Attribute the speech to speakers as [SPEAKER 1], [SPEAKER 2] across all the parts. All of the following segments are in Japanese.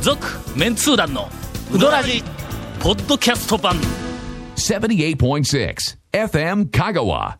[SPEAKER 1] 続メンツー団のウドラジポッドキャスト版
[SPEAKER 2] 78.6 FM Kagawa.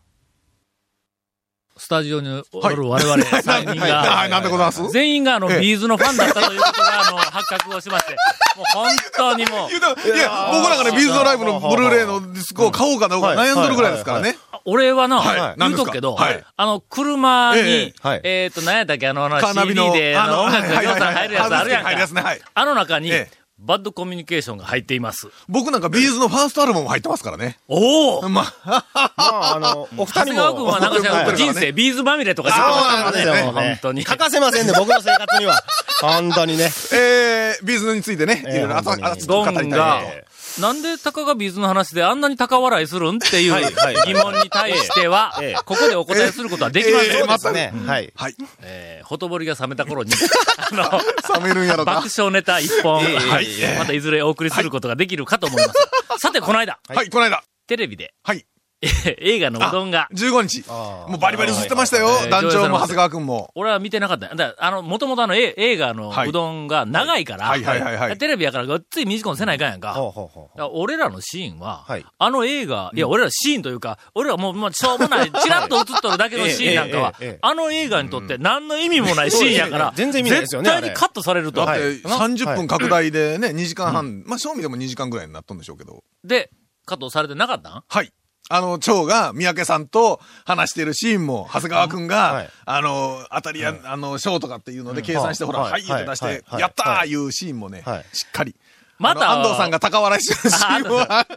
[SPEAKER 1] スタジオにおる我々3人
[SPEAKER 3] は
[SPEAKER 1] が
[SPEAKER 3] い、なんでございます
[SPEAKER 1] 全員があのビーズのファンだったということがあの発覚をしましてもう本当にもう
[SPEAKER 3] いや、僕なんかね、ビーズのライブのブルーレイのディスクを買おうかどうか悩んどるぐらいですからね。
[SPEAKER 1] 俺はな、
[SPEAKER 3] はい
[SPEAKER 1] 言
[SPEAKER 3] 何
[SPEAKER 1] う
[SPEAKER 3] で
[SPEAKER 1] と
[SPEAKER 3] すか
[SPEAKER 1] くけど、
[SPEAKER 3] はい
[SPEAKER 1] あの、車に、
[SPEAKER 3] え
[SPEAKER 1] え
[SPEAKER 3] え
[SPEAKER 4] はい
[SPEAKER 1] っ、と、何やったっけ、あの、あの
[SPEAKER 3] カーナビの
[SPEAKER 1] CD で、あの、
[SPEAKER 3] あの
[SPEAKER 1] 音楽が
[SPEAKER 3] はい
[SPEAKER 1] ぎょうさん入るやつあるやん
[SPEAKER 3] はいはいはい入るやつねは
[SPEAKER 1] か
[SPEAKER 3] い。
[SPEAKER 1] あの中に、
[SPEAKER 3] ええ
[SPEAKER 1] バッドコミュニケーションが入っています。
[SPEAKER 3] 僕なんかビーズのファーストアルバムも入ってますからね。
[SPEAKER 1] おお
[SPEAKER 3] まあ、
[SPEAKER 4] まあ、あの、
[SPEAKER 1] 長
[SPEAKER 4] お二人
[SPEAKER 1] 谷
[SPEAKER 4] も。
[SPEAKER 1] 川君はなんか知らんけど
[SPEAKER 3] はい
[SPEAKER 1] 人生、ビーズまみれとかしてましたからね、
[SPEAKER 4] そうなんですよ
[SPEAKER 1] 本当に。
[SPEAKER 4] 欠かせませんね、僕の生活には。本当にね。
[SPEAKER 3] えー、ビーズについてね、い
[SPEAKER 4] ええ
[SPEAKER 3] ろいろ熱
[SPEAKER 4] 本当に
[SPEAKER 3] 熱く語
[SPEAKER 1] ゴ
[SPEAKER 3] りたい
[SPEAKER 1] ン
[SPEAKER 3] なと。
[SPEAKER 1] が
[SPEAKER 4] え、
[SPEAKER 1] なんでたかがビーズの話であんなに高笑いするんっていう
[SPEAKER 4] はいはいはい
[SPEAKER 1] 疑問に対しては
[SPEAKER 4] ええ、
[SPEAKER 1] ここでお答えすることはできません。
[SPEAKER 3] ええまた
[SPEAKER 4] ね。はい。
[SPEAKER 3] はい。
[SPEAKER 1] えーほとぼりが冷めた頃に、 あの、
[SPEAKER 3] 冷めるんやろか
[SPEAKER 1] 爆。笑ネタ一本、
[SPEAKER 4] ええ
[SPEAKER 1] はい
[SPEAKER 4] ええ
[SPEAKER 1] またいずれお送りすることができるかと思います。さて、この間、
[SPEAKER 3] はい、この間。
[SPEAKER 1] テレビで、
[SPEAKER 3] はい。
[SPEAKER 1] 映画のうどんが、
[SPEAKER 3] 15日。
[SPEAKER 4] あー
[SPEAKER 3] もうバリバリ映ってましたよ
[SPEAKER 1] はいは。い
[SPEAKER 3] 団長も長谷川君も。
[SPEAKER 1] 俺は見てなかった。だあの、もともとあの、え映画の
[SPEAKER 3] はいう
[SPEAKER 1] どんが長いから、
[SPEAKER 3] はいはいはいはいはい
[SPEAKER 1] テレビやからがっつり短くせないかんやんか。
[SPEAKER 4] ほうほうほう
[SPEAKER 1] だから俺らのシーンは、
[SPEAKER 4] はい
[SPEAKER 1] あの映画、いや、俺らシーンというか、俺らもう、まあ、しょうもない、ちらっと映っとるだけのシーンなんかは
[SPEAKER 4] ええええええ、
[SPEAKER 1] あの映画にとって何の意味もないシーンやから、
[SPEAKER 4] そうですね全然意味ないですよね
[SPEAKER 1] 絶対にカットされると。
[SPEAKER 3] だって
[SPEAKER 1] な
[SPEAKER 3] 30分拡大でね、2時間半。まあ、賞味でも2時間ぐらいになったんでしょうけど。
[SPEAKER 1] で、カットされてなかったん
[SPEAKER 3] はい。あの、蝶が三宅さんと話しているシーンも、長谷川くんが、
[SPEAKER 4] はい
[SPEAKER 3] あの、当たりや、あの、賞とかっていうので計算して、
[SPEAKER 4] うん
[SPEAKER 3] ほら、
[SPEAKER 4] はい
[SPEAKER 3] はい、言って出して、
[SPEAKER 4] はいはい
[SPEAKER 3] やった
[SPEAKER 4] は
[SPEAKER 3] ー
[SPEAKER 4] い
[SPEAKER 3] いうシーンもね、
[SPEAKER 4] はい
[SPEAKER 3] しっかり。
[SPEAKER 1] また
[SPEAKER 3] あの安藤さんが高笑いしてるシーンは、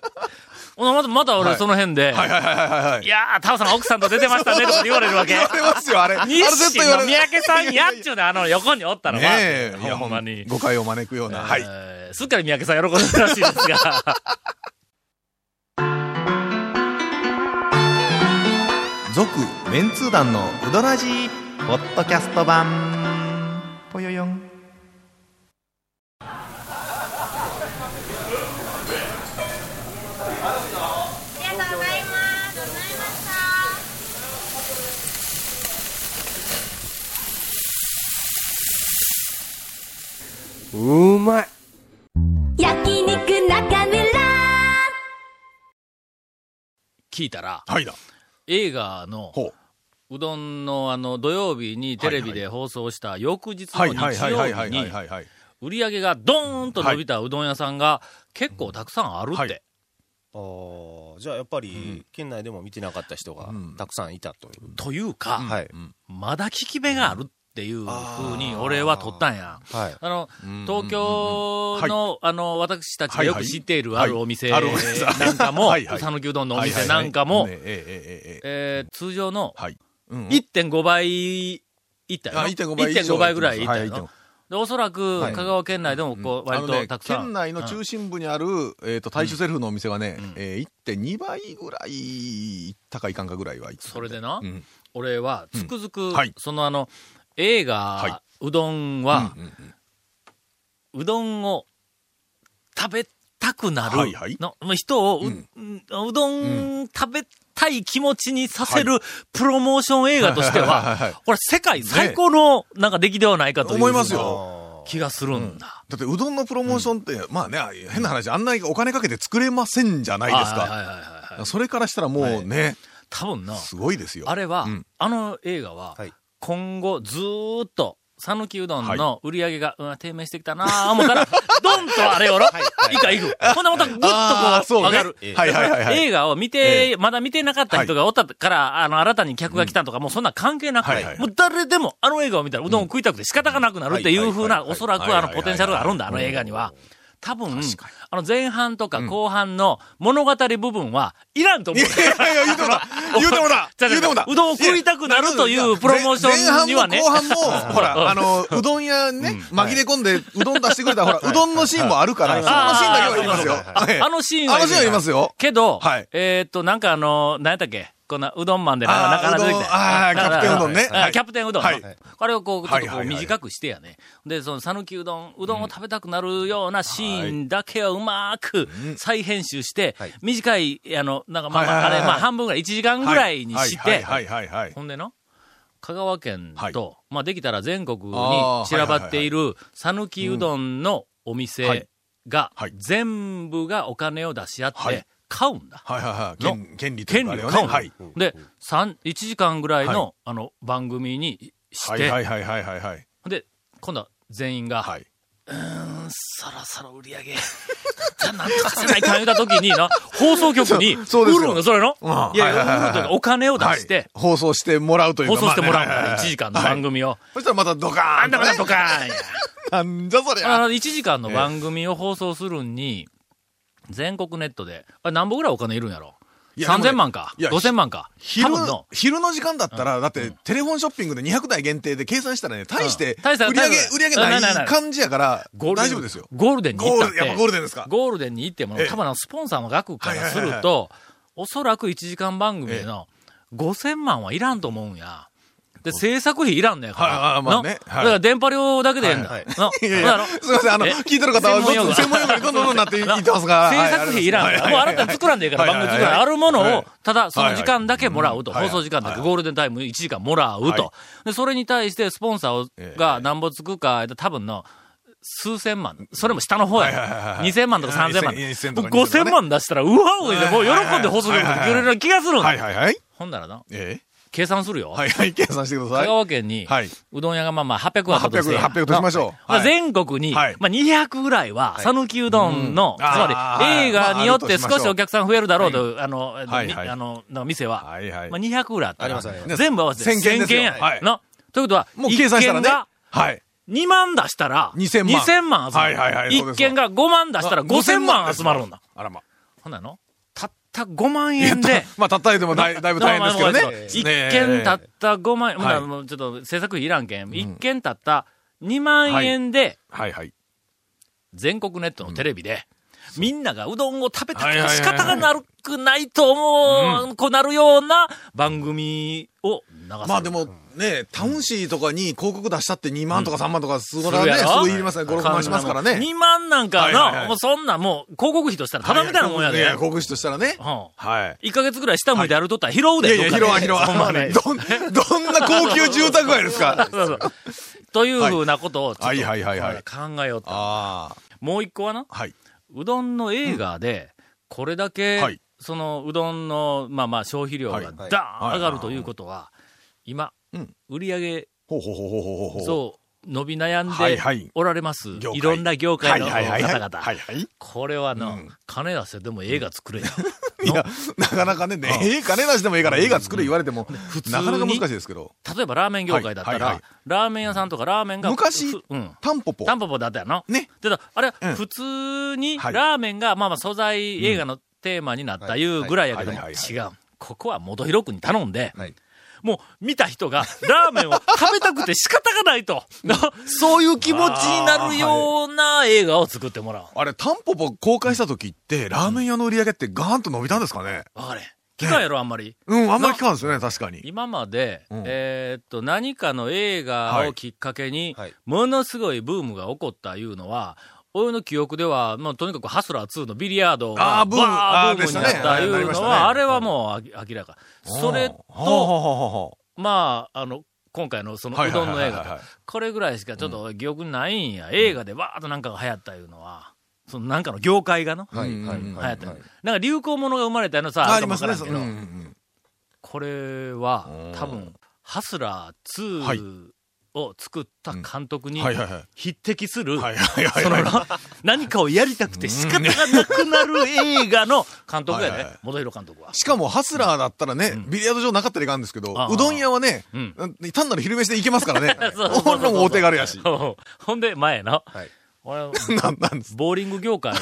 [SPEAKER 1] ほなまた、また
[SPEAKER 3] は
[SPEAKER 1] 俺
[SPEAKER 3] い
[SPEAKER 1] その辺で、
[SPEAKER 3] はいはいはいはいはい
[SPEAKER 1] い。やー、タオさん奥さんと出てましたねとか言われるわけ
[SPEAKER 3] 言。われますよ、あれ。あれ
[SPEAKER 1] 日
[SPEAKER 3] 絶対
[SPEAKER 1] 清
[SPEAKER 3] 言わ
[SPEAKER 1] の
[SPEAKER 3] れ
[SPEAKER 1] 三宅さんやっちゅうね、あの横におったのは。
[SPEAKER 3] ねえ、いや
[SPEAKER 1] ほんまに。
[SPEAKER 3] 誤解を招くような。はい。
[SPEAKER 1] えーすっかり三宅さん喜んでるらしいですが。
[SPEAKER 3] 続、メンツー団のうどらじ
[SPEAKER 4] ポッドキャスト版。ぽよよん。
[SPEAKER 5] ありがとうございます。ございました。
[SPEAKER 4] うまい。
[SPEAKER 6] 焼肉中村
[SPEAKER 1] 聞いたら、
[SPEAKER 3] はいだ。
[SPEAKER 1] 映画の
[SPEAKER 3] ほう。
[SPEAKER 1] うどんのあの土曜日にテレビで放送した翌日の
[SPEAKER 3] はい
[SPEAKER 1] 日
[SPEAKER 3] はいはいはいは
[SPEAKER 1] 曜日
[SPEAKER 3] いはい
[SPEAKER 1] に、
[SPEAKER 3] はいはい。
[SPEAKER 1] 売り上げがドーンと伸びたうどん屋さんが結構たくさんあるっ
[SPEAKER 3] は
[SPEAKER 1] て
[SPEAKER 3] い。
[SPEAKER 4] あーじゃあやっぱり、県内でも見てなかった人がたくさんいたという。
[SPEAKER 1] というか、
[SPEAKER 4] はい。
[SPEAKER 1] まだ効き目があるっていうふうに俺は取ったんや。
[SPEAKER 4] はい。
[SPEAKER 1] あの、東京
[SPEAKER 3] うん
[SPEAKER 1] の、あの、私たちがよく知っている
[SPEAKER 3] は
[SPEAKER 1] あ
[SPEAKER 3] いはい
[SPEAKER 1] るお店
[SPEAKER 3] は
[SPEAKER 1] ない
[SPEAKER 3] あるお店
[SPEAKER 1] んかも、
[SPEAKER 3] はいはい
[SPEAKER 1] 讃岐うどんのお店なんかも
[SPEAKER 3] はい、はいはいねええええええ
[SPEAKER 1] えー通常の
[SPEAKER 3] はい。うんうん
[SPEAKER 1] 1.5倍いったよな。
[SPEAKER 3] あ1.5倍以上
[SPEAKER 1] 1.5倍ぐらいいったよな
[SPEAKER 3] はい
[SPEAKER 1] で、おそらく、
[SPEAKER 3] はい
[SPEAKER 1] 香川県内でも、こう、割
[SPEAKER 3] あの
[SPEAKER 1] と
[SPEAKER 3] ね
[SPEAKER 1] たくさん。
[SPEAKER 3] 県内の中心部にある、えっと大衆セルフのお店はね、えー1.2倍ぐらいいったかいかんかぐらいはいった
[SPEAKER 1] それでな、
[SPEAKER 3] うん
[SPEAKER 1] 俺は、つくづく、
[SPEAKER 3] んはい
[SPEAKER 1] そのあの、映画、
[SPEAKER 3] は
[SPEAKER 1] うどんは、うどんを食べたくなるの、
[SPEAKER 3] はいはい
[SPEAKER 1] もう人をう、
[SPEAKER 3] うん
[SPEAKER 1] うんうどん食べたい気持ちにさせるプロモーション映画として
[SPEAKER 3] はいはいはいはい
[SPEAKER 1] は、これ世界最高の、なんか出来ではないかという
[SPEAKER 3] 思います
[SPEAKER 4] あ
[SPEAKER 3] よ
[SPEAKER 4] ー
[SPEAKER 1] 気がするんだ。
[SPEAKER 3] だってうどんのプロモーションって、まあね変な話あんなにお金かけて作れませんじゃないですか、
[SPEAKER 1] あはいはいはいはい。
[SPEAKER 3] それからしたらもうね、
[SPEAKER 1] 多分な、
[SPEAKER 3] すごいですよ
[SPEAKER 1] あれは、
[SPEAKER 3] うん
[SPEAKER 1] あの映画は、
[SPEAKER 4] はい
[SPEAKER 1] 今後ずーっと、讃岐うどんの
[SPEAKER 3] は
[SPEAKER 1] 売り上げが、うん、低迷してきたなぁ思ったら、 ドンとあれよろ、
[SPEAKER 4] いはい
[SPEAKER 1] いかいく。ほんでまたぐっと
[SPEAKER 3] あー
[SPEAKER 1] こ、
[SPEAKER 3] そううね
[SPEAKER 1] 上がる。
[SPEAKER 3] はいはいはいはい
[SPEAKER 1] 映画を見て、まだ見てなかった人がおったから、あの、新たに客が来たとか、もうそんな関係なく、
[SPEAKER 3] はいはい
[SPEAKER 1] もう誰でもあの映画を見たらうどんを食いたくて仕方がなくなるっていうふうな、おそらくあの、ポテンシャルがあるんだ、あの映画には。多分、あの前半とか後半の物語部分はいらんと思う。
[SPEAKER 3] いやいや言うてもだ言うてもだ
[SPEAKER 1] じゃあ
[SPEAKER 3] 言うてもだ
[SPEAKER 1] うどんを食いたくなるというプロモーションにはね
[SPEAKER 3] 前半も後半も、ほら、あの、うどん屋ね、紛れ込んで、うどん出してくれたら、ほら、うどんのシーンもあるから、そのシーンだけは言いますよ。はい
[SPEAKER 1] あのシーンは
[SPEAKER 3] あのシーンは言いますよ
[SPEAKER 1] けど、
[SPEAKER 3] はい
[SPEAKER 1] えーっと、なんかあの、何やったっけこんな、うどんマンでな、な
[SPEAKER 3] あー
[SPEAKER 1] かなか出てき
[SPEAKER 3] うどん
[SPEAKER 1] た。
[SPEAKER 3] あー
[SPEAKER 1] だから
[SPEAKER 3] キャプテンうどんね
[SPEAKER 1] あー
[SPEAKER 3] はい
[SPEAKER 1] キャプテンうどん。
[SPEAKER 3] はい
[SPEAKER 1] あれをこう、ちょっ
[SPEAKER 3] はい
[SPEAKER 1] と
[SPEAKER 3] はい
[SPEAKER 1] こ
[SPEAKER 3] は
[SPEAKER 1] う
[SPEAKER 3] い
[SPEAKER 1] 短くしてやね。で、その、讃岐うどん、うどんを食べたくなるようなシーンだけをうまく再編集して、
[SPEAKER 4] はい
[SPEAKER 1] 短い、あの、なんかまあまあ、
[SPEAKER 3] は
[SPEAKER 1] あ
[SPEAKER 3] いはい
[SPEAKER 1] れ、
[SPEAKER 3] はいはい
[SPEAKER 1] まあ半分ぐらい、1時間ぐらいにして、
[SPEAKER 3] はいはいはいはいはい。
[SPEAKER 1] ほんでの、香川県と、
[SPEAKER 3] はい
[SPEAKER 1] まあできたら全国に
[SPEAKER 3] あー
[SPEAKER 1] 散らばっている、讃岐うどんのお
[SPEAKER 3] はい
[SPEAKER 1] 店が
[SPEAKER 3] はい、
[SPEAKER 1] 全部がお金を出し合っ
[SPEAKER 3] はい
[SPEAKER 1] て、買うんだ。
[SPEAKER 3] はいはいは
[SPEAKER 1] の
[SPEAKER 3] い。権権利とい
[SPEAKER 1] 権
[SPEAKER 3] うかあれ
[SPEAKER 1] 利
[SPEAKER 3] を
[SPEAKER 1] を買う
[SPEAKER 3] ね。
[SPEAKER 1] んだ
[SPEAKER 3] はい。
[SPEAKER 1] で、三1時間ぐらい
[SPEAKER 3] は
[SPEAKER 1] の、あの、番組にし
[SPEAKER 3] はいは
[SPEAKER 1] て、
[SPEAKER 3] いはいはいはいはい。
[SPEAKER 1] で、今度は全員が、
[SPEAKER 3] はい。
[SPEAKER 1] そろそろ売り上げ、じゃあなんとかせないかん言うた時にな、放送局に、
[SPEAKER 3] そうそうですよ
[SPEAKER 1] 売るんがそれの
[SPEAKER 3] うんはい
[SPEAKER 1] いや、
[SPEAKER 3] はい
[SPEAKER 1] 売
[SPEAKER 3] はい
[SPEAKER 1] るというかお金を出し
[SPEAKER 3] はい
[SPEAKER 1] て、
[SPEAKER 3] 放送してもらうというか
[SPEAKER 1] 放送してもらうん
[SPEAKER 3] まあねはい
[SPEAKER 1] だ。
[SPEAKER 3] はい
[SPEAKER 1] 1
[SPEAKER 3] はい
[SPEAKER 1] 時間の番組を。
[SPEAKER 3] そしたらまたドカー
[SPEAKER 1] あ
[SPEAKER 3] ン
[SPEAKER 1] んたまだとか
[SPEAKER 3] なんじゃそり
[SPEAKER 1] あ
[SPEAKER 3] ゃ
[SPEAKER 1] の、1時間の番組を放送するんに、全国ネットで、あれ何本ぐらいお金いるんやろ
[SPEAKER 3] いやでもね
[SPEAKER 1] ?3000 万か
[SPEAKER 3] いや
[SPEAKER 1] ?5000 万か
[SPEAKER 3] 昼
[SPEAKER 1] 多分の。
[SPEAKER 3] 昼の時間だったら、だって、テレフォンショッピングで200台限定で計算したらね、大して、
[SPEAKER 1] 大した
[SPEAKER 3] 売り上げ、
[SPEAKER 1] 大した
[SPEAKER 3] 売り上げ
[SPEAKER 1] ないない
[SPEAKER 3] な
[SPEAKER 1] ないい
[SPEAKER 3] 感じやから、
[SPEAKER 1] ゴールデン
[SPEAKER 3] 大丈夫ですよ。
[SPEAKER 1] ゴールデンに行ったって。
[SPEAKER 3] ゴールやっぱゴールデンですか
[SPEAKER 1] ゴールデンに行っても、
[SPEAKER 3] ええ
[SPEAKER 1] 多分あのスポンサーの額からす
[SPEAKER 3] はいはい
[SPEAKER 1] る
[SPEAKER 3] は
[SPEAKER 1] と、おそらく1時間番組の5000万はいらんと思うんや。で、制作費いらんのやか
[SPEAKER 3] はいはいは
[SPEAKER 1] ら。
[SPEAKER 3] いまあ
[SPEAKER 1] の
[SPEAKER 3] ね
[SPEAKER 1] だ
[SPEAKER 3] はい
[SPEAKER 1] から電波料だけでええんだ。
[SPEAKER 4] はいは
[SPEAKER 1] の
[SPEAKER 3] いやい
[SPEAKER 1] だか
[SPEAKER 3] や
[SPEAKER 1] ら
[SPEAKER 3] すみません、あの、
[SPEAKER 1] え
[SPEAKER 3] 聞いてる方は、
[SPEAKER 1] 専門用語
[SPEAKER 3] 専門用語にどんどんどんどんなっていってますが。
[SPEAKER 1] 制作費いらんから。もうあなた作らんでいいから、番組作らん。あるものを、ただその時間だけもらうと。
[SPEAKER 3] はいは
[SPEAKER 1] 放
[SPEAKER 3] い
[SPEAKER 1] 送時間だ
[SPEAKER 3] はい
[SPEAKER 1] け、ゴールデンタイム1時間もらう
[SPEAKER 3] はい
[SPEAKER 1] と。で、それに対してスポンサーをがなんぼつくか、多分の、数千万。それも下の方
[SPEAKER 3] はいはいはい
[SPEAKER 1] や。
[SPEAKER 3] はい
[SPEAKER 1] 2000万とか3000万。
[SPEAKER 3] 2000 2000とか
[SPEAKER 1] 僕5000万出したら、うわおいで、もう喜んで放送局来てくれるような気がするん
[SPEAKER 3] はい
[SPEAKER 1] だ。
[SPEAKER 3] はいはい。
[SPEAKER 1] ほんならな、
[SPEAKER 3] え
[SPEAKER 1] 計算するよ
[SPEAKER 3] え。はいはい、計算してくだ
[SPEAKER 1] 香
[SPEAKER 3] さい。
[SPEAKER 1] 川県に
[SPEAKER 3] はいう
[SPEAKER 1] どん屋がまあまあ800
[SPEAKER 3] ま
[SPEAKER 1] は
[SPEAKER 3] あ
[SPEAKER 1] あったとして
[SPEAKER 3] 800、800としましょう。
[SPEAKER 1] まあ
[SPEAKER 3] はい
[SPEAKER 1] 全国に、
[SPEAKER 3] はい
[SPEAKER 1] まあ、200ぐらいは、讃岐うどんの、
[SPEAKER 3] うんあ
[SPEAKER 1] つ
[SPEAKER 3] ー
[SPEAKER 1] まり映画によっ
[SPEAKER 3] まああ
[SPEAKER 1] て
[SPEAKER 3] るとしましょう
[SPEAKER 1] 少しお客さん増えるだろうと、あの、
[SPEAKER 3] はい
[SPEAKER 1] み
[SPEAKER 3] はい
[SPEAKER 1] あの、の店は、
[SPEAKER 3] はいはい
[SPEAKER 1] まあ、200ぐらいあった
[SPEAKER 4] あり
[SPEAKER 1] ら
[SPEAKER 4] ますありま、す
[SPEAKER 1] 全部合わせて
[SPEAKER 3] 1000件ですよ
[SPEAKER 1] 1000件や、
[SPEAKER 3] はい
[SPEAKER 1] の。ということは、
[SPEAKER 3] もう計算したら
[SPEAKER 1] 一
[SPEAKER 3] ね
[SPEAKER 1] 件が。
[SPEAKER 3] はい。
[SPEAKER 1] 2万出したら、
[SPEAKER 3] 2000万
[SPEAKER 1] 2000万集まる。
[SPEAKER 3] はいはいはいそうです
[SPEAKER 1] 1件が5万出したら5000万集まるんだ。。
[SPEAKER 3] あらま。
[SPEAKER 1] ほんなのたった5万
[SPEAKER 3] いや
[SPEAKER 1] 円で、
[SPEAKER 3] まあ、たったりでもだいだいぶ大変ですけどね
[SPEAKER 1] まあまあまあ。一
[SPEAKER 3] ね
[SPEAKER 1] 件たった5万円、
[SPEAKER 3] はい
[SPEAKER 1] ほなもうちょっと制作費いらんけん、一件たった2万円で、
[SPEAKER 3] はいはい。
[SPEAKER 1] 全国ネットのテレビで、みんながうどんを食べたく
[SPEAKER 3] はいはい
[SPEAKER 1] て
[SPEAKER 3] はい
[SPEAKER 1] 仕方がなくないと思う、こうなるような番組を流す。
[SPEAKER 3] まあでも、ね、タウン市とかに広告出したって2万とか3万とか、そ
[SPEAKER 1] す
[SPEAKER 3] ら
[SPEAKER 1] るや
[SPEAKER 3] ね、す
[SPEAKER 1] ろ、
[SPEAKER 3] ごいいりますね。5、6万しますからね。
[SPEAKER 1] 2万なんかの、
[SPEAKER 3] はいはいはい
[SPEAKER 1] もうそんなもう広告費としたらただみたいなもんや
[SPEAKER 3] い
[SPEAKER 1] で。
[SPEAKER 3] や、広告費としたらね。
[SPEAKER 1] う
[SPEAKER 3] はい。
[SPEAKER 1] ん。1ヶ月ぐらい下向いて歩いとったら拾う
[SPEAKER 3] い
[SPEAKER 1] で、
[SPEAKER 3] やいや、
[SPEAKER 1] どっ
[SPEAKER 3] 広
[SPEAKER 1] か
[SPEAKER 3] は
[SPEAKER 1] で
[SPEAKER 3] 広は。
[SPEAKER 1] ほんま に
[SPEAKER 3] どん、どんな高級住宅街ですか
[SPEAKER 1] そうそうというふうなことをちょっと
[SPEAKER 3] はいはいはいはいはい
[SPEAKER 1] 考えようと。
[SPEAKER 3] あ
[SPEAKER 1] もう一個はな、
[SPEAKER 3] あ、はい。
[SPEAKER 1] うどんの映画で、これだけ、
[SPEAKER 3] はい
[SPEAKER 1] そのうどんの、まあまあ、消費量が
[SPEAKER 3] はい
[SPEAKER 1] ダーン
[SPEAKER 3] はい
[SPEAKER 1] 上がるということは、今、
[SPEAKER 3] うん
[SPEAKER 1] 売り上げ、
[SPEAKER 3] ほうほうほうほうほうほう。
[SPEAKER 1] そう、伸び悩ん
[SPEAKER 3] はいはい
[SPEAKER 1] でおられます、
[SPEAKER 3] 業
[SPEAKER 1] い
[SPEAKER 3] 界
[SPEAKER 1] ろんな業界の
[SPEAKER 3] はい
[SPEAKER 1] 方
[SPEAKER 3] はいはいはい
[SPEAKER 1] 々
[SPEAKER 3] はいはい。
[SPEAKER 1] これはの、
[SPEAKER 3] うん
[SPEAKER 1] 金出せでも映画作れよ。
[SPEAKER 3] いや、なかなかね、ねええ金出しでもいいから映画作れ言われても、なかなか難しいですけど。
[SPEAKER 1] 例えばラーメン業界だったら、
[SPEAKER 3] はいはいはい
[SPEAKER 1] ラーメン屋さんとかラーメンが。
[SPEAKER 3] 昔
[SPEAKER 1] ふうん。
[SPEAKER 3] タンポポ。
[SPEAKER 1] タンポポだったやろ
[SPEAKER 3] ね。
[SPEAKER 1] でだあれ、
[SPEAKER 3] うん
[SPEAKER 1] 普通に
[SPEAKER 3] はい
[SPEAKER 1] ラーメンが、まあまあ素材映画のテーマになったいうぐらいやけども、
[SPEAKER 3] はいはいはい
[SPEAKER 1] 違う。ここは元広くに頼んで、
[SPEAKER 4] はい
[SPEAKER 1] もう見た人がラーメンを食べたくて仕方がない と、なそういう 気持ちになるような映画を作ってもらおう。
[SPEAKER 3] あれ、タンポポ公開した時って、ラーメン屋の売り上げってガーンと伸びたんですかね
[SPEAKER 1] わかれん。聞かんやろ、あんまり。
[SPEAKER 3] うん、あんまり聞かんですよね、確かに。
[SPEAKER 1] 今まで、
[SPEAKER 3] うん
[SPEAKER 1] えーっと、何かの映画をきっかけに、
[SPEAKER 4] はいはい
[SPEAKER 1] ものすごいブームが起こったいうのは、俺の記憶では、もうとにかくハスラー2のビリヤード
[SPEAKER 3] あ
[SPEAKER 1] が
[SPEAKER 3] ーブーム
[SPEAKER 1] バ
[SPEAKER 3] あー
[SPEAKER 1] ブームになっ
[SPEAKER 3] でしたね
[SPEAKER 1] たいう
[SPEAKER 3] なりまし
[SPEAKER 1] の
[SPEAKER 3] たね
[SPEAKER 1] は、あれはもうあき明らか。それと、
[SPEAKER 3] と、
[SPEAKER 1] まあ、あの、今回のその
[SPEAKER 3] は
[SPEAKER 1] う
[SPEAKER 3] いはい
[SPEAKER 1] どん
[SPEAKER 3] はい
[SPEAKER 1] の
[SPEAKER 3] はい
[SPEAKER 1] 映画と、これぐらいしかちょっと記憶にないんや。映画でわーっとなんかが流行ったいうのは、そのなんかの業界がの、
[SPEAKER 4] はい
[SPEAKER 3] うん
[SPEAKER 4] はい
[SPEAKER 3] う
[SPEAKER 1] 流
[SPEAKER 3] ん
[SPEAKER 1] 行
[SPEAKER 4] は
[SPEAKER 1] っ
[SPEAKER 4] い
[SPEAKER 1] た、
[SPEAKER 4] はい
[SPEAKER 1] なんか流行ものが生まれたのさ、
[SPEAKER 3] あ
[SPEAKER 1] る
[SPEAKER 3] り
[SPEAKER 1] かも
[SPEAKER 3] ま
[SPEAKER 1] わからん
[SPEAKER 3] すね。そ
[SPEAKER 1] け
[SPEAKER 3] うん
[SPEAKER 1] ど
[SPEAKER 3] うんうん
[SPEAKER 1] これは
[SPEAKER 3] うん
[SPEAKER 1] 多分ハスラー
[SPEAKER 3] はい
[SPEAKER 1] 2を作った監督に
[SPEAKER 3] はいはいはい
[SPEAKER 1] 匹敵する、
[SPEAKER 3] はいはいはい
[SPEAKER 1] その
[SPEAKER 3] はい。
[SPEAKER 1] な何かをやりたくて仕方がなくなる映画の監督や
[SPEAKER 3] はいは
[SPEAKER 1] ね
[SPEAKER 3] い、
[SPEAKER 1] 元広監督は。
[SPEAKER 3] しかも、ハスラーだったらね、ビリヤード場なかったらいかんですけど、
[SPEAKER 1] ああ
[SPEAKER 3] うどん屋はね
[SPEAKER 1] うん、
[SPEAKER 3] 単なる昼飯で行けますからね
[SPEAKER 1] そうそう。そう。
[SPEAKER 3] ほんのもお手軽やし
[SPEAKER 1] ほんで、前の、
[SPEAKER 4] はい
[SPEAKER 1] 俺は
[SPEAKER 3] なんなんです。
[SPEAKER 1] ボーリング業界の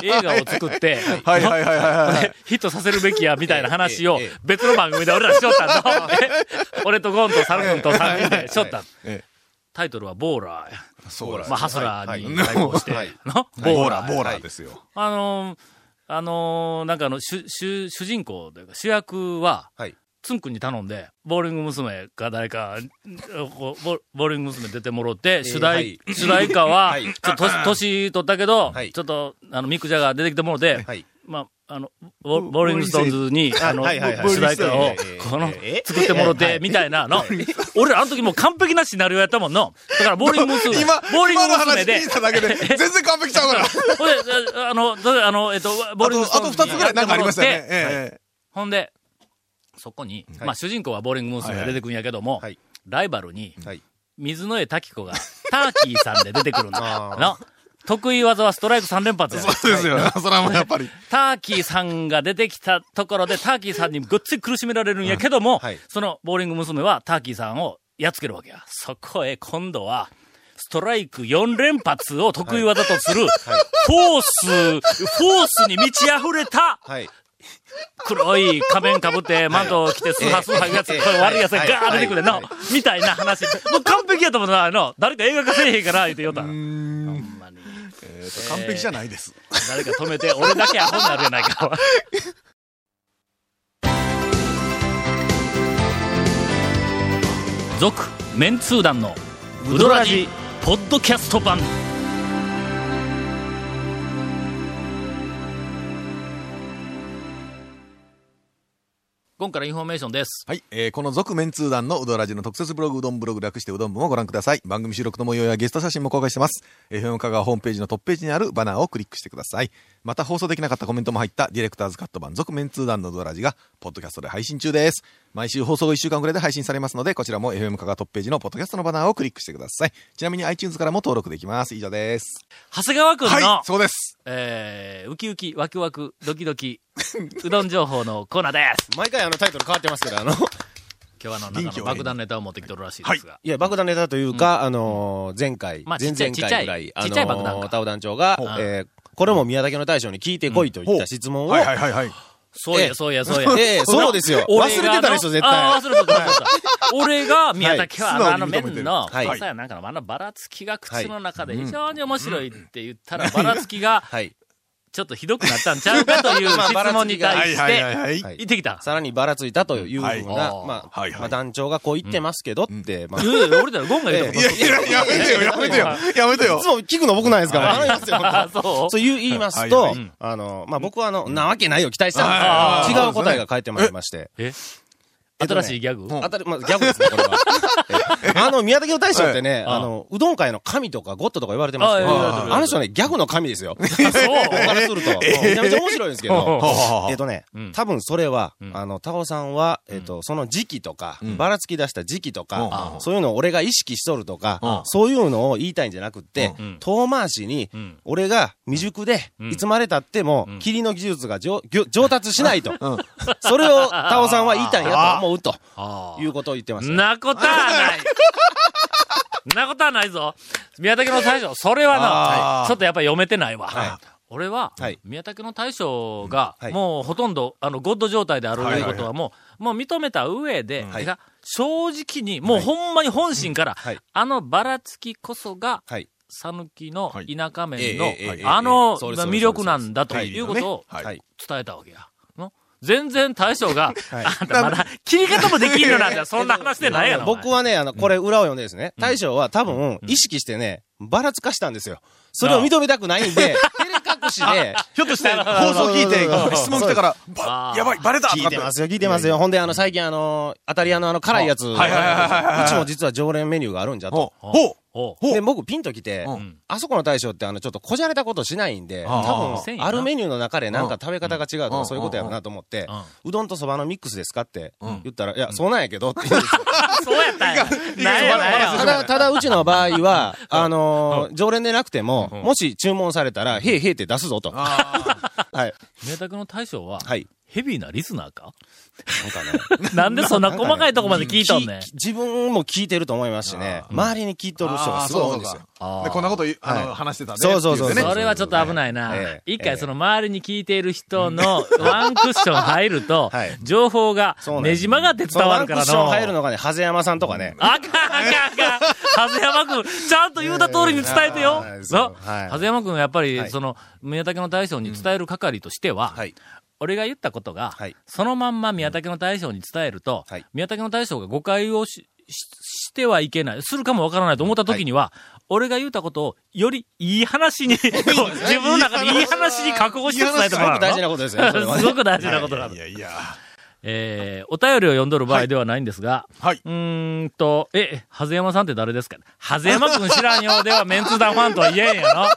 [SPEAKER 1] 映画を作って、
[SPEAKER 3] はいはいはいはいはい。
[SPEAKER 1] ヒットさせるべきや、みたいな話を
[SPEAKER 4] ええええ、
[SPEAKER 1] 別の番組で俺らしよったの。え 俺とゴンとサル君と3人でしよったの
[SPEAKER 3] ええ
[SPEAKER 1] タイトルはボーラーや。
[SPEAKER 3] そうです
[SPEAKER 1] まあ、ハスラーに
[SPEAKER 4] はい
[SPEAKER 1] 対抗して、
[SPEAKER 4] はい
[SPEAKER 1] の
[SPEAKER 3] ボ
[SPEAKER 1] ボ
[SPEAKER 3] ー
[SPEAKER 1] ー
[SPEAKER 3] ラ
[SPEAKER 1] ラ
[SPEAKER 3] ー、
[SPEAKER 1] ー。
[SPEAKER 3] ボーラーですよ。
[SPEAKER 1] あのーあのーなんかあの、主、主、主人公というか、主役は、
[SPEAKER 4] はい
[SPEAKER 1] つんくんに頼んで、ボーリング娘。か誰か、 こうボボーリング娘。出てもろって、
[SPEAKER 4] ー
[SPEAKER 1] 主題、
[SPEAKER 4] はい
[SPEAKER 1] 主題歌は、
[SPEAKER 4] はい
[SPEAKER 1] ちょっと年、年取ったけど、
[SPEAKER 4] はい
[SPEAKER 1] ちょっと、あの、ミック・ジャガー出てきてもろて、
[SPEAKER 4] はい
[SPEAKER 1] まあ、あの、ボボーリングストーンズに、あの、
[SPEAKER 4] はいはいはい
[SPEAKER 1] 主題歌を
[SPEAKER 4] ボーリングス、
[SPEAKER 1] こ
[SPEAKER 4] トーン
[SPEAKER 1] の
[SPEAKER 4] ズええ、
[SPEAKER 1] 作ってもろて、みたいなの。俺らあの時もう完璧なシナリオやったもんの。だから、ボーリング娘。
[SPEAKER 3] 今、
[SPEAKER 1] ボーリング
[SPEAKER 3] 今の話
[SPEAKER 1] 娘で
[SPEAKER 3] 聞い、ただけで、全然完璧ちゃうから。
[SPEAKER 1] ほんで、 あの、どれあの、えっと、ボーリングス
[SPEAKER 3] あ
[SPEAKER 1] トー
[SPEAKER 3] と
[SPEAKER 1] ン
[SPEAKER 3] あ
[SPEAKER 1] ズ
[SPEAKER 3] と2つぐらいなんかありましたよ
[SPEAKER 1] やっ
[SPEAKER 3] ね
[SPEAKER 1] て。もらって
[SPEAKER 3] ええ
[SPEAKER 1] ほんで、そこに、まあ、主人公はボーリング娘。が出てくるんやけども、
[SPEAKER 4] はい
[SPEAKER 1] ライバルに、
[SPEAKER 4] はい
[SPEAKER 1] 水野江滝子が、ターキーさんで出て くるんだ
[SPEAKER 4] あ。ー
[SPEAKER 1] の。得意技はストライク3連発や。
[SPEAKER 3] そうですよ。それはもうやっぱり。
[SPEAKER 1] ターキーさんが出てきたところで、ターキーさんにごっつい苦しめられるんやけども、
[SPEAKER 4] はい
[SPEAKER 1] そのボーリング娘。はターキーさんをやっつけるわけや。そこへ今度は、ストライク4連発を得意技とする、フォース、フォースに満ち溢れた、
[SPEAKER 4] はい。
[SPEAKER 1] 黒い仮面かぶって、マントを着て、スーハースーハーいうやつ、こ
[SPEAKER 4] ええ
[SPEAKER 1] ういう悪いやつが
[SPEAKER 4] は
[SPEAKER 1] ガ
[SPEAKER 4] い
[SPEAKER 1] ーッ出てくるの
[SPEAKER 4] はい、
[SPEAKER 1] みたいな話。もう完璧やと思うな、あの、誰か映画化せえへんから、言って言うた。ほんまに。
[SPEAKER 3] えーと完璧じゃないです。
[SPEAKER 1] 誰か止めて、俺だけアホになるやないか。続、メンツー団の、ウドラジ、ポッドキャスト版。今回のインフォメーションです。
[SPEAKER 3] はい、えーこの続面通談のうどらじの特設ブログうどんブログ略してうどん部もご覧ください。番組収録の模様やゲスト写真も公開してます。FM 香川ホームページのトップページにあるバナーをクリックしてください。また放送できなかったコメントも入ったディレクターズカット版続面通談のうどらじが、ポッドキャストで配信中です。毎週放送1週間くらいで配信されますので、こちらも FM 香川トップページのポッドキャストのバナーをクリックしてください。ちなみに iTunes からも登録できます。以上です。
[SPEAKER 1] 長谷川くんの、
[SPEAKER 3] はい、そうです。
[SPEAKER 1] えー、ウキウキ、ワクワク、ドキドキ、うどん情報のコーナーです。
[SPEAKER 4] 毎回あのタイトル変わってますけど、あの、
[SPEAKER 1] 今日はあの、なん
[SPEAKER 3] 臨機
[SPEAKER 1] か
[SPEAKER 3] 応変に
[SPEAKER 1] 爆弾ネタを持ってきてるらしいですが。
[SPEAKER 4] いや、爆弾ネタというか、あのー、前回、
[SPEAKER 1] まあち
[SPEAKER 4] 前
[SPEAKER 1] っちゃい
[SPEAKER 4] 々回ぐら
[SPEAKER 1] ちっち
[SPEAKER 4] い、
[SPEAKER 1] ゃい
[SPEAKER 4] あ
[SPEAKER 1] ちっちゃい爆弾
[SPEAKER 4] の
[SPEAKER 1] か
[SPEAKER 4] ー、タオ団長が、えーこれも宮崎の大将に聞いてこいと言った質問を、
[SPEAKER 3] いはいはい。
[SPEAKER 1] そう
[SPEAKER 4] え
[SPEAKER 1] や、
[SPEAKER 4] え
[SPEAKER 1] そうや、そうや。
[SPEAKER 4] ええそうですよ
[SPEAKER 1] 俺が
[SPEAKER 4] 忘れてたでしょ
[SPEAKER 1] あの
[SPEAKER 4] 絶対
[SPEAKER 1] ああ、忘れてた、忘れてた。俺が宮崎は、あの
[SPEAKER 3] はい
[SPEAKER 1] あの
[SPEAKER 3] 素直に認めてる
[SPEAKER 1] 麺の、
[SPEAKER 4] はい
[SPEAKER 1] パスタやなんかの、あのばらつきが口の中で非常に面白いって言ったら、ばらつきが
[SPEAKER 4] はい。
[SPEAKER 1] ちょっとひどくなったんちゃうかと いう
[SPEAKER 4] まあ
[SPEAKER 1] 質
[SPEAKER 4] ばらつきが
[SPEAKER 1] 問に対し
[SPEAKER 3] はいはい
[SPEAKER 1] て、
[SPEAKER 3] はい。
[SPEAKER 4] はい
[SPEAKER 1] 言ってきた。
[SPEAKER 4] さらにばらついたというふうな、
[SPEAKER 3] はい
[SPEAKER 4] まあ、
[SPEAKER 3] はいはい
[SPEAKER 4] まあ団長がこう言ってますけどって、まあ、
[SPEAKER 1] いやいや俺だよ、ゴンが言ったこ
[SPEAKER 3] いやいや、やめてよ、やめてよ、 やめてよ
[SPEAKER 4] いつ。も聞くの僕なんですから。頼みますよ
[SPEAKER 1] と。あ、そう
[SPEAKER 4] そういう言います
[SPEAKER 3] は
[SPEAKER 4] と
[SPEAKER 3] いは、
[SPEAKER 4] あの、まあ、僕はあの、なわけないを期待し
[SPEAKER 3] はい
[SPEAKER 4] た
[SPEAKER 3] は
[SPEAKER 4] ん
[SPEAKER 3] い
[SPEAKER 4] です
[SPEAKER 3] はい
[SPEAKER 4] 違う答えが返ってまいりまして。
[SPEAKER 1] え
[SPEAKER 4] えっとね
[SPEAKER 1] 新しいギャグ
[SPEAKER 4] 当たり、まあ、ギャグですね、これ は。えあの、宮崎の大将ってね、
[SPEAKER 1] はい
[SPEAKER 4] あの、うどん界の神とかゴッドとか言われてますけど、
[SPEAKER 1] あいや言われてる
[SPEAKER 4] あの人ね、ギャグの神です よ。
[SPEAKER 1] あそう
[SPEAKER 4] お話すると。めちゃめちゃ面白いんですけ
[SPEAKER 1] ほう
[SPEAKER 4] ど
[SPEAKER 1] ほ。
[SPEAKER 4] えっとね
[SPEAKER 1] うん、
[SPEAKER 4] 多分それは
[SPEAKER 1] う、ん
[SPEAKER 4] あの、タオさんは、えっと、その時期とか
[SPEAKER 3] うん、
[SPEAKER 4] ばらつき出した時期と
[SPEAKER 3] う
[SPEAKER 4] か
[SPEAKER 3] ん、
[SPEAKER 4] そういうのを俺が意識しとると
[SPEAKER 3] うん
[SPEAKER 4] か、そういうのを言いたいんじゃなくって
[SPEAKER 1] うん、
[SPEAKER 4] 遠回しに
[SPEAKER 1] うん、
[SPEAKER 4] 俺が未熟で
[SPEAKER 1] う、ん
[SPEAKER 4] いつまで経っても
[SPEAKER 1] うん、霧
[SPEAKER 4] 霧の技術が上ぎょ上達しないと
[SPEAKER 3] ん。
[SPEAKER 4] それをタオさんは言いたいんやと思うと、
[SPEAKER 1] あー
[SPEAKER 4] いうことを言ってました。
[SPEAKER 1] なことはない。 なことはないぞ。宮崎の大将、それはな、
[SPEAKER 3] あー
[SPEAKER 1] はいちょっとやっぱ読めてないわ。
[SPEAKER 4] は
[SPEAKER 1] 俺は、
[SPEAKER 4] はい
[SPEAKER 1] 宮崎の大将が、
[SPEAKER 4] はい
[SPEAKER 1] もうほとんど、あの、ゴッド状態であるということはもう、もう認めた上で、
[SPEAKER 4] い
[SPEAKER 1] てか正直に、もうほんまに本心から、
[SPEAKER 4] はい
[SPEAKER 1] あのばらつきこそが、
[SPEAKER 4] はい。
[SPEAKER 1] 讃岐の
[SPEAKER 3] はい
[SPEAKER 1] 田舎
[SPEAKER 4] ええ
[SPEAKER 1] 麺の、
[SPEAKER 4] ええええ
[SPEAKER 1] あの、
[SPEAKER 4] そうです
[SPEAKER 1] 魅力なんだと
[SPEAKER 4] はい
[SPEAKER 1] いうことを
[SPEAKER 4] はい。
[SPEAKER 1] 伝えたわけや。の全然大将が、
[SPEAKER 4] はい
[SPEAKER 1] あんたまだ切り方もできんのなん だ、そんな話でないやろ。お前
[SPEAKER 4] 僕はね、あの、これ裏を読んでですね、大将は多分、意識してね、ばらつかしたんですよ。それを認めたくないんで、照れ隠しで、
[SPEAKER 3] ひょっとして、放送聞いて、質問来たから、ば
[SPEAKER 1] あー
[SPEAKER 3] やばい、バレたと
[SPEAKER 4] 聞
[SPEAKER 3] か
[SPEAKER 4] い
[SPEAKER 3] って
[SPEAKER 4] てますよ、聞いてますよ。ほんで、あの、最近あの、当たり屋のあの、辛いやつ、う
[SPEAKER 3] はいはいはいはいはいはい
[SPEAKER 4] ちも実は常連メニューがあるんじゃ
[SPEAKER 3] ほう
[SPEAKER 4] と。
[SPEAKER 3] ほう
[SPEAKER 1] おう、
[SPEAKER 3] ほう
[SPEAKER 4] で、僕ピンと来て
[SPEAKER 3] うん
[SPEAKER 4] あそこの大将ってあの、ちょっとこじゃれたことしないんで、
[SPEAKER 3] ああ
[SPEAKER 4] 多
[SPEAKER 1] せん
[SPEAKER 4] 分、
[SPEAKER 1] よな
[SPEAKER 4] あるメニューの中でなん
[SPEAKER 3] う
[SPEAKER 4] か
[SPEAKER 3] ん
[SPEAKER 4] 食べ方が違うと
[SPEAKER 3] う
[SPEAKER 4] か
[SPEAKER 3] ん
[SPEAKER 4] そういうことやろなと思って
[SPEAKER 1] うんうん、
[SPEAKER 4] うどんとそばのミックスですかって
[SPEAKER 3] ん
[SPEAKER 4] 言ったら、いや、そうなんやけどって言うんですよ
[SPEAKER 1] そうや ったんや。なんやなん
[SPEAKER 4] た
[SPEAKER 1] や。
[SPEAKER 4] だ、ただ、うちの場合は、あのー常連でなくても、もし注文されたら、へいへいって出すぞと。は
[SPEAKER 3] あ
[SPEAKER 4] い。
[SPEAKER 1] 明卓の大将は、
[SPEAKER 4] はい。
[SPEAKER 1] ヘビーなリスナーか
[SPEAKER 4] なんかね。
[SPEAKER 1] なんでそんな細かいとこまで聞いとんねん
[SPEAKER 4] き。自分も聞いてると思いますしね、周りに聞いとる人がすごい多いんですよ。
[SPEAKER 3] ーでこんなこと言うあの話してたね。
[SPEAKER 4] そうそうそう
[SPEAKER 3] っていね
[SPEAKER 1] それはちょっと危ないな
[SPEAKER 4] ええ。
[SPEAKER 1] 一
[SPEAKER 4] え
[SPEAKER 1] 回
[SPEAKER 4] え
[SPEAKER 1] その周りに聞いている人 のワンクッション入ると
[SPEAKER 4] はい、
[SPEAKER 1] 情報が
[SPEAKER 4] そうなんです
[SPEAKER 1] ねじ曲がって
[SPEAKER 4] そ
[SPEAKER 1] 伝
[SPEAKER 4] の
[SPEAKER 1] わ
[SPEAKER 4] ワ
[SPEAKER 1] る
[SPEAKER 4] ンク
[SPEAKER 1] か
[SPEAKER 4] ッ
[SPEAKER 1] ら
[SPEAKER 4] ション入る
[SPEAKER 1] の。
[SPEAKER 4] のがね、ハゼヤマさんとかね。
[SPEAKER 1] あかんあかんあかん。はずやまくん、ちゃんと言うた通りに伝えてよ
[SPEAKER 4] ええええ。
[SPEAKER 1] そう。
[SPEAKER 4] はい
[SPEAKER 1] はずやまくんはやっぱ
[SPEAKER 4] は
[SPEAKER 1] り、
[SPEAKER 4] い
[SPEAKER 1] その、宮崎の大将に伝える係としては、
[SPEAKER 4] はい。
[SPEAKER 1] 俺が言ったことが、
[SPEAKER 4] はい
[SPEAKER 1] そのまんま宮武の大将に伝えると、
[SPEAKER 4] はい
[SPEAKER 1] 宮武の大将が誤解をしししてはいけない、するかもわからないと思った時には、俺が言ったことをよりいい話に、こう自分の中でいい話に確保して伝えてもらうの。
[SPEAKER 4] 大事なことですよねそれはね
[SPEAKER 1] すごく大事 なことなの
[SPEAKER 3] い。やいや。
[SPEAKER 1] えー、お便りを読んどる場合ではないんですが、
[SPEAKER 3] はい。
[SPEAKER 1] うーんと、え、はぜやまさんって誰ですかはぜやまくん知らんようではメンツ団ファンとは言えんやろ。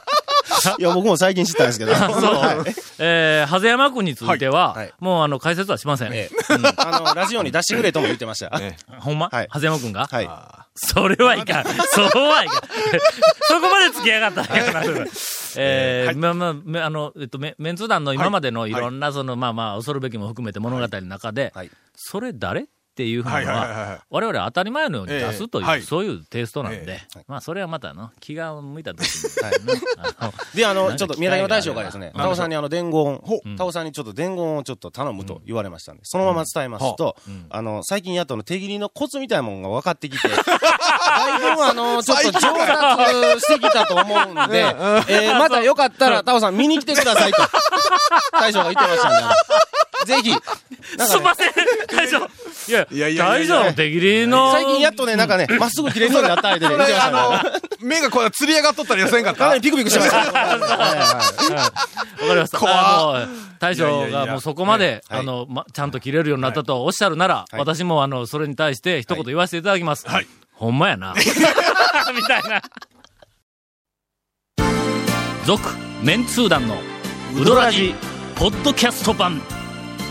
[SPEAKER 4] いや、僕も最近知ったんですけど。
[SPEAKER 1] そう。えー、はぜやまくんについては、
[SPEAKER 4] はいはい
[SPEAKER 1] もうあの、解説はしません。
[SPEAKER 4] ええあの、ラジオに出してくれとも言ってました。
[SPEAKER 3] ね
[SPEAKER 1] ほんま、
[SPEAKER 4] はい
[SPEAKER 1] はぜやまくんが、
[SPEAKER 4] はい。
[SPEAKER 1] それはいかん。そうはいかん。 そこまで付きやがったんやから。えー、まあまあめ、あの、えっと、メメンツ団の今までのいろんな、その、まあまあ、恐るべきも含めて物語の中で、
[SPEAKER 4] はい。
[SPEAKER 1] それ誰っていうふうなの
[SPEAKER 3] はいはいはいは、
[SPEAKER 1] はい我々当たり前のように出すという、
[SPEAKER 3] ええはい
[SPEAKER 1] そういうテイストなんで
[SPEAKER 3] え、
[SPEAKER 1] まあそれはまたの、気が向いた時に、
[SPEAKER 4] はい
[SPEAKER 1] ね あの
[SPEAKER 4] で、あ
[SPEAKER 1] な
[SPEAKER 4] の、
[SPEAKER 1] ん
[SPEAKER 4] ちょ
[SPEAKER 1] か
[SPEAKER 4] っと宮崎の大将がですね、
[SPEAKER 1] うん
[SPEAKER 4] タオさんにあの伝言を
[SPEAKER 1] う、ん
[SPEAKER 4] タオさんにちょっと伝言をちょっと頼むと言われましたんで、そのまま伝えますと
[SPEAKER 1] うんうん、
[SPEAKER 4] あの、最近やっとの手切りのコツみたいなもんが分かってきて、だいぶあの、ちょっと上達してきたと思うんで、えーまたよかったらタオさん見に来てくださいと、大将が言ってましたんであの、ぜひ、なん
[SPEAKER 1] す
[SPEAKER 4] か
[SPEAKER 1] い
[SPEAKER 4] ね
[SPEAKER 1] ません 大将いや、
[SPEAKER 3] いやいや
[SPEAKER 1] 大
[SPEAKER 3] いやいや
[SPEAKER 1] 将の手切りの、
[SPEAKER 4] 最近やっとね、なんかね、まっすぐ切れるようになった相手で
[SPEAKER 3] こ
[SPEAKER 4] 見て
[SPEAKER 3] れ、
[SPEAKER 4] ましたね
[SPEAKER 3] あ の、目がこう釣り上がっとったらやせんかった
[SPEAKER 4] かなりピクピクしてました。はいはい
[SPEAKER 1] わかりました。
[SPEAKER 3] 怖
[SPEAKER 1] あもう大将
[SPEAKER 3] いやいや
[SPEAKER 1] が
[SPEAKER 3] いや
[SPEAKER 1] もうそこまで、
[SPEAKER 4] はい
[SPEAKER 1] あの、ま、ちゃんと切れるようになったとおっしゃるなら、
[SPEAKER 4] はい
[SPEAKER 1] 私もあの、それに対して一言言わせていただきます。
[SPEAKER 3] はい
[SPEAKER 1] ほんま やな。みたいな。続、メンツー団の、ウドラジ、ポッドキャスト版。